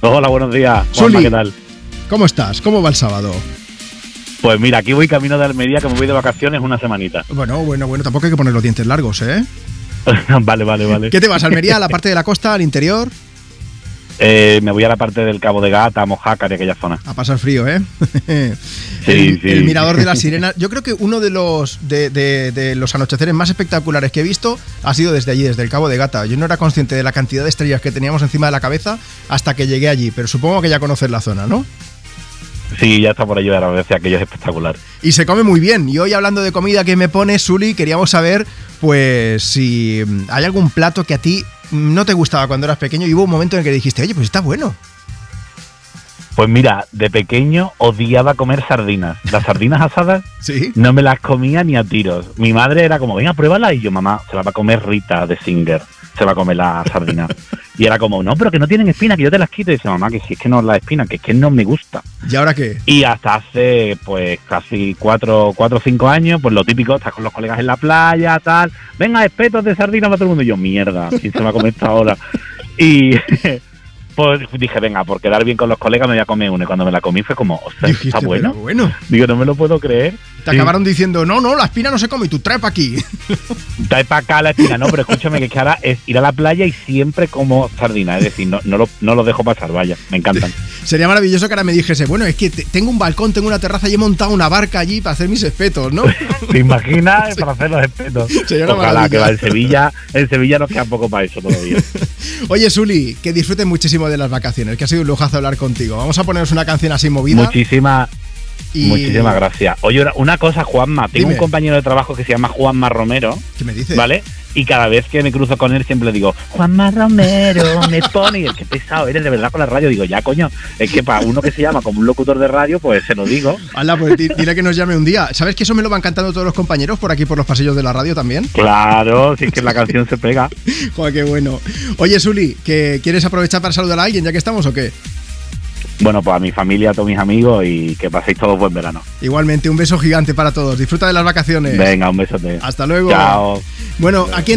Hola, buenos días. Juanma, Suli. ¿qué tal? ¿Cómo estás? ¿Cómo va el sábado? Pues mira, aquí voy camino de Almería, que me voy de vacaciones una semanita. Bueno, bueno, bueno, tampoco hay que poner los dientes largos, ¿eh? vale, vale, vale. ¿Qué te vas? ¿Almería, a la parte de la costa, al interior? Eh, me voy a la parte del Cabo de Gata, Mojácar y aquella zona. A pasar frío, ¿eh? Sí, el, sí. el mirador de las sirenas. Yo creo que uno de los, de, de- de los anocheceres más espectaculares que he visto ha sido desde allí, desde el Cabo de Gata. Yo no era consciente de la cantidad de estrellas que teníamos encima de la cabeza hasta que llegué allí, pero supongo que ya conoces la zona, ¿no? Sí, ya está por allí, ahora decía aquello es espectacular. Y se come muy bien. Y hoy hablando de comida que me pone Suli, queríamos saber pues si mm, hay algún plato que a ti mm, no te gustaba cuando eras pequeño y hubo un momento en el que dijiste, oye, pues está bueno. Pues mira, de pequeño odiaba comer sardinas. Las sardinas asadas Sí. no me las comía ni a tiros. Mi madre era como, venga, pruébala. Y yo, mamá, se la va a comer Rita de Singer. Se va a comer la sardina. y era como, no, pero que no tienen espinas, que yo te las quito. Y dice, mamá, que si es que no las espinas, que es que no me gusta. ¿Y ahora qué? Y hasta hace pues casi cuatro, cuatro o cinco años, pues lo típico, estás con los colegas en la playa, tal, venga, espetos de sardina para todo el mundo. Y yo, mierda, si se me ha comido esta hora. Y pues dije, venga, por quedar bien con los colegas me voy a comer una. Y cuando me la comí fue como, ostras, Dijiste, está "Pero bueno. bueno. Digo, no me lo puedo creer. Te Sí. acabaron diciendo, no, no, la espina no se come y tú trae pa' aquí. Trae para acá la espina, no, pero escúchame que es que ahora es ir a la playa y siempre como sardina. Es decir, no, no, lo, no lo dejo pasar, vaya, me encantan. Sería maravilloso que ahora me dijese, bueno, es que te- tengo un balcón, tengo una terraza y he montado una barca allí para hacer mis espetos, ¿no? ¿Te imaginas? Para hacer los espetos. Sería una Ojalá maravilla. que va en Sevilla. En Sevilla nos queda poco para eso todavía. Oye, Suli, que disfrutes muchísimo de las vacaciones, que ha sido un lujazo hablar contigo. Vamos a poneros una canción así movida. Muchísimas y... muchísimas gracias. Oye, una- una cosa, Juanma. Tengo Dime. un compañero de trabajo que se llama Juanma Romero, ¿Qué me dices? ¿vale? Y cada vez que me cruzo con él siempre le digo, Juanma Romero, me pone. Y el que pesado eres de verdad con la radio. Digo, ya, coño. Es que para uno que se llama como un locutor de radio, pues se lo digo. Hala, pues di- dile que nos llame un día. ¿Sabes que eso me lo van cantando todos los compañeros por aquí, por los pasillos de la radio también? Claro, si es que la canción se pega. Joder, qué bueno. Oye, Suli, ¿que ¿quieres aprovechar para saludar a alguien ya que estamos o qué? Bueno, pues a mi familia, a todos mis amigos y que paséis todos buen verano. Igualmente, un beso gigante para todos. Disfruta de las vacaciones. Venga, un besote. Hasta luego. Chao. Bueno, ¿a quién no